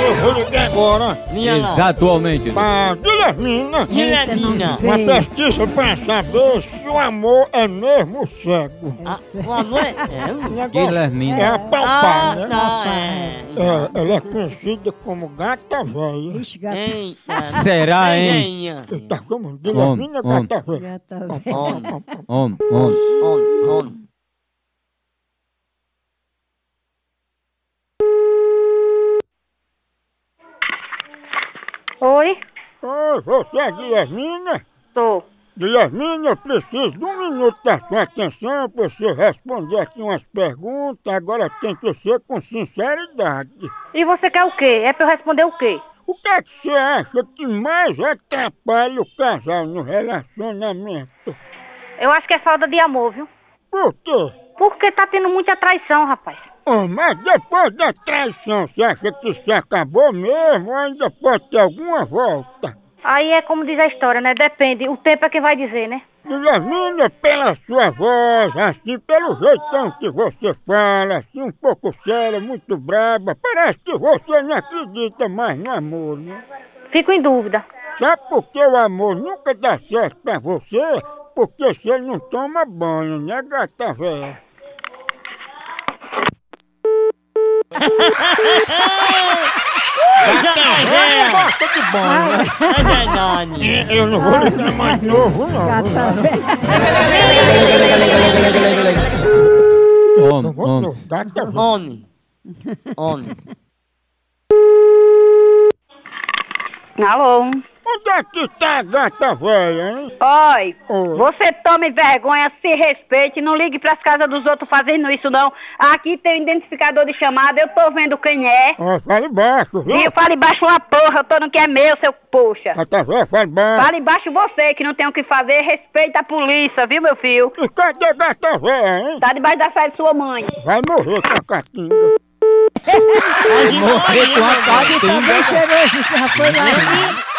Eu vou ligar agora. Minha não. Exatamente. Pá, diga as meninas, Minha não. é uma Sim. pesquisa pra saber se o amor é mesmo cego. Ah, O amor é. é. É Guilhermina. a Ah, palpar, né? não, é. É, ela é conhecida como gata velha. Ixi, gata, Eita. Será, hein? Lenha. Você tá como? Guilhermina Homem, gata velha. gata velha. Homem, Homem, homem. homem, homem. Oi? Oi, você é Guilhermina? Tô. Guilhermina, eu preciso de um minuto da sua atenção pra você responder aqui umas perguntas. Agora tem que ser com sinceridade. E você quer o quê? É pra eu responder o quê? O que é que você acha que mais atrapalha o casal no relacionamento? Eu acho que é falta de amor, viu? Por quê? Porque tá tendo muita traição, rapaz. Oh, mas depois da traição, você acha que isso acabou mesmo ou ainda pode ter alguma volta? Aí é como diz a história, né? Depende. O tempo é que vai dizer, né? Guilhermina, pela sua voz, assim, pelo jeitão que você fala, assim, um pouco séria, muito braba, parece que você não acredita mais no amor, né? Fico em dúvida. Sabe por que o amor nunca dá certo pra você? Porque você não toma banho, né, gata velha? Ela Gata gosta de banho, né? velha. É verdade. Eu não vou ligar mais novo, não. Gata velha. Homem, Vou homem. não, gata velha. Homem. Homem. Alô? Onde é que tá a gata velha, hein? Oi. Oi. Você tome vergonha, se respeite, não ligue pras casas dos outros fazendo isso, não. Aqui tem um identificador de chamada, eu tô vendo quem é. Ó, fale baixo, E viu? eu falo embaixo uma porra, eu tô no que é meu, seu poxa. Gata velha, fale baixo. Fala embaixo você, que não tem o que fazer, respeita a polícia, viu, meu filho? E cadê a gata velha, hein? Tá debaixo da saia de sua mãe. Vai morrer com a catinga. Morrer com a Tá catinga. um bem cheiroso, já foi lá.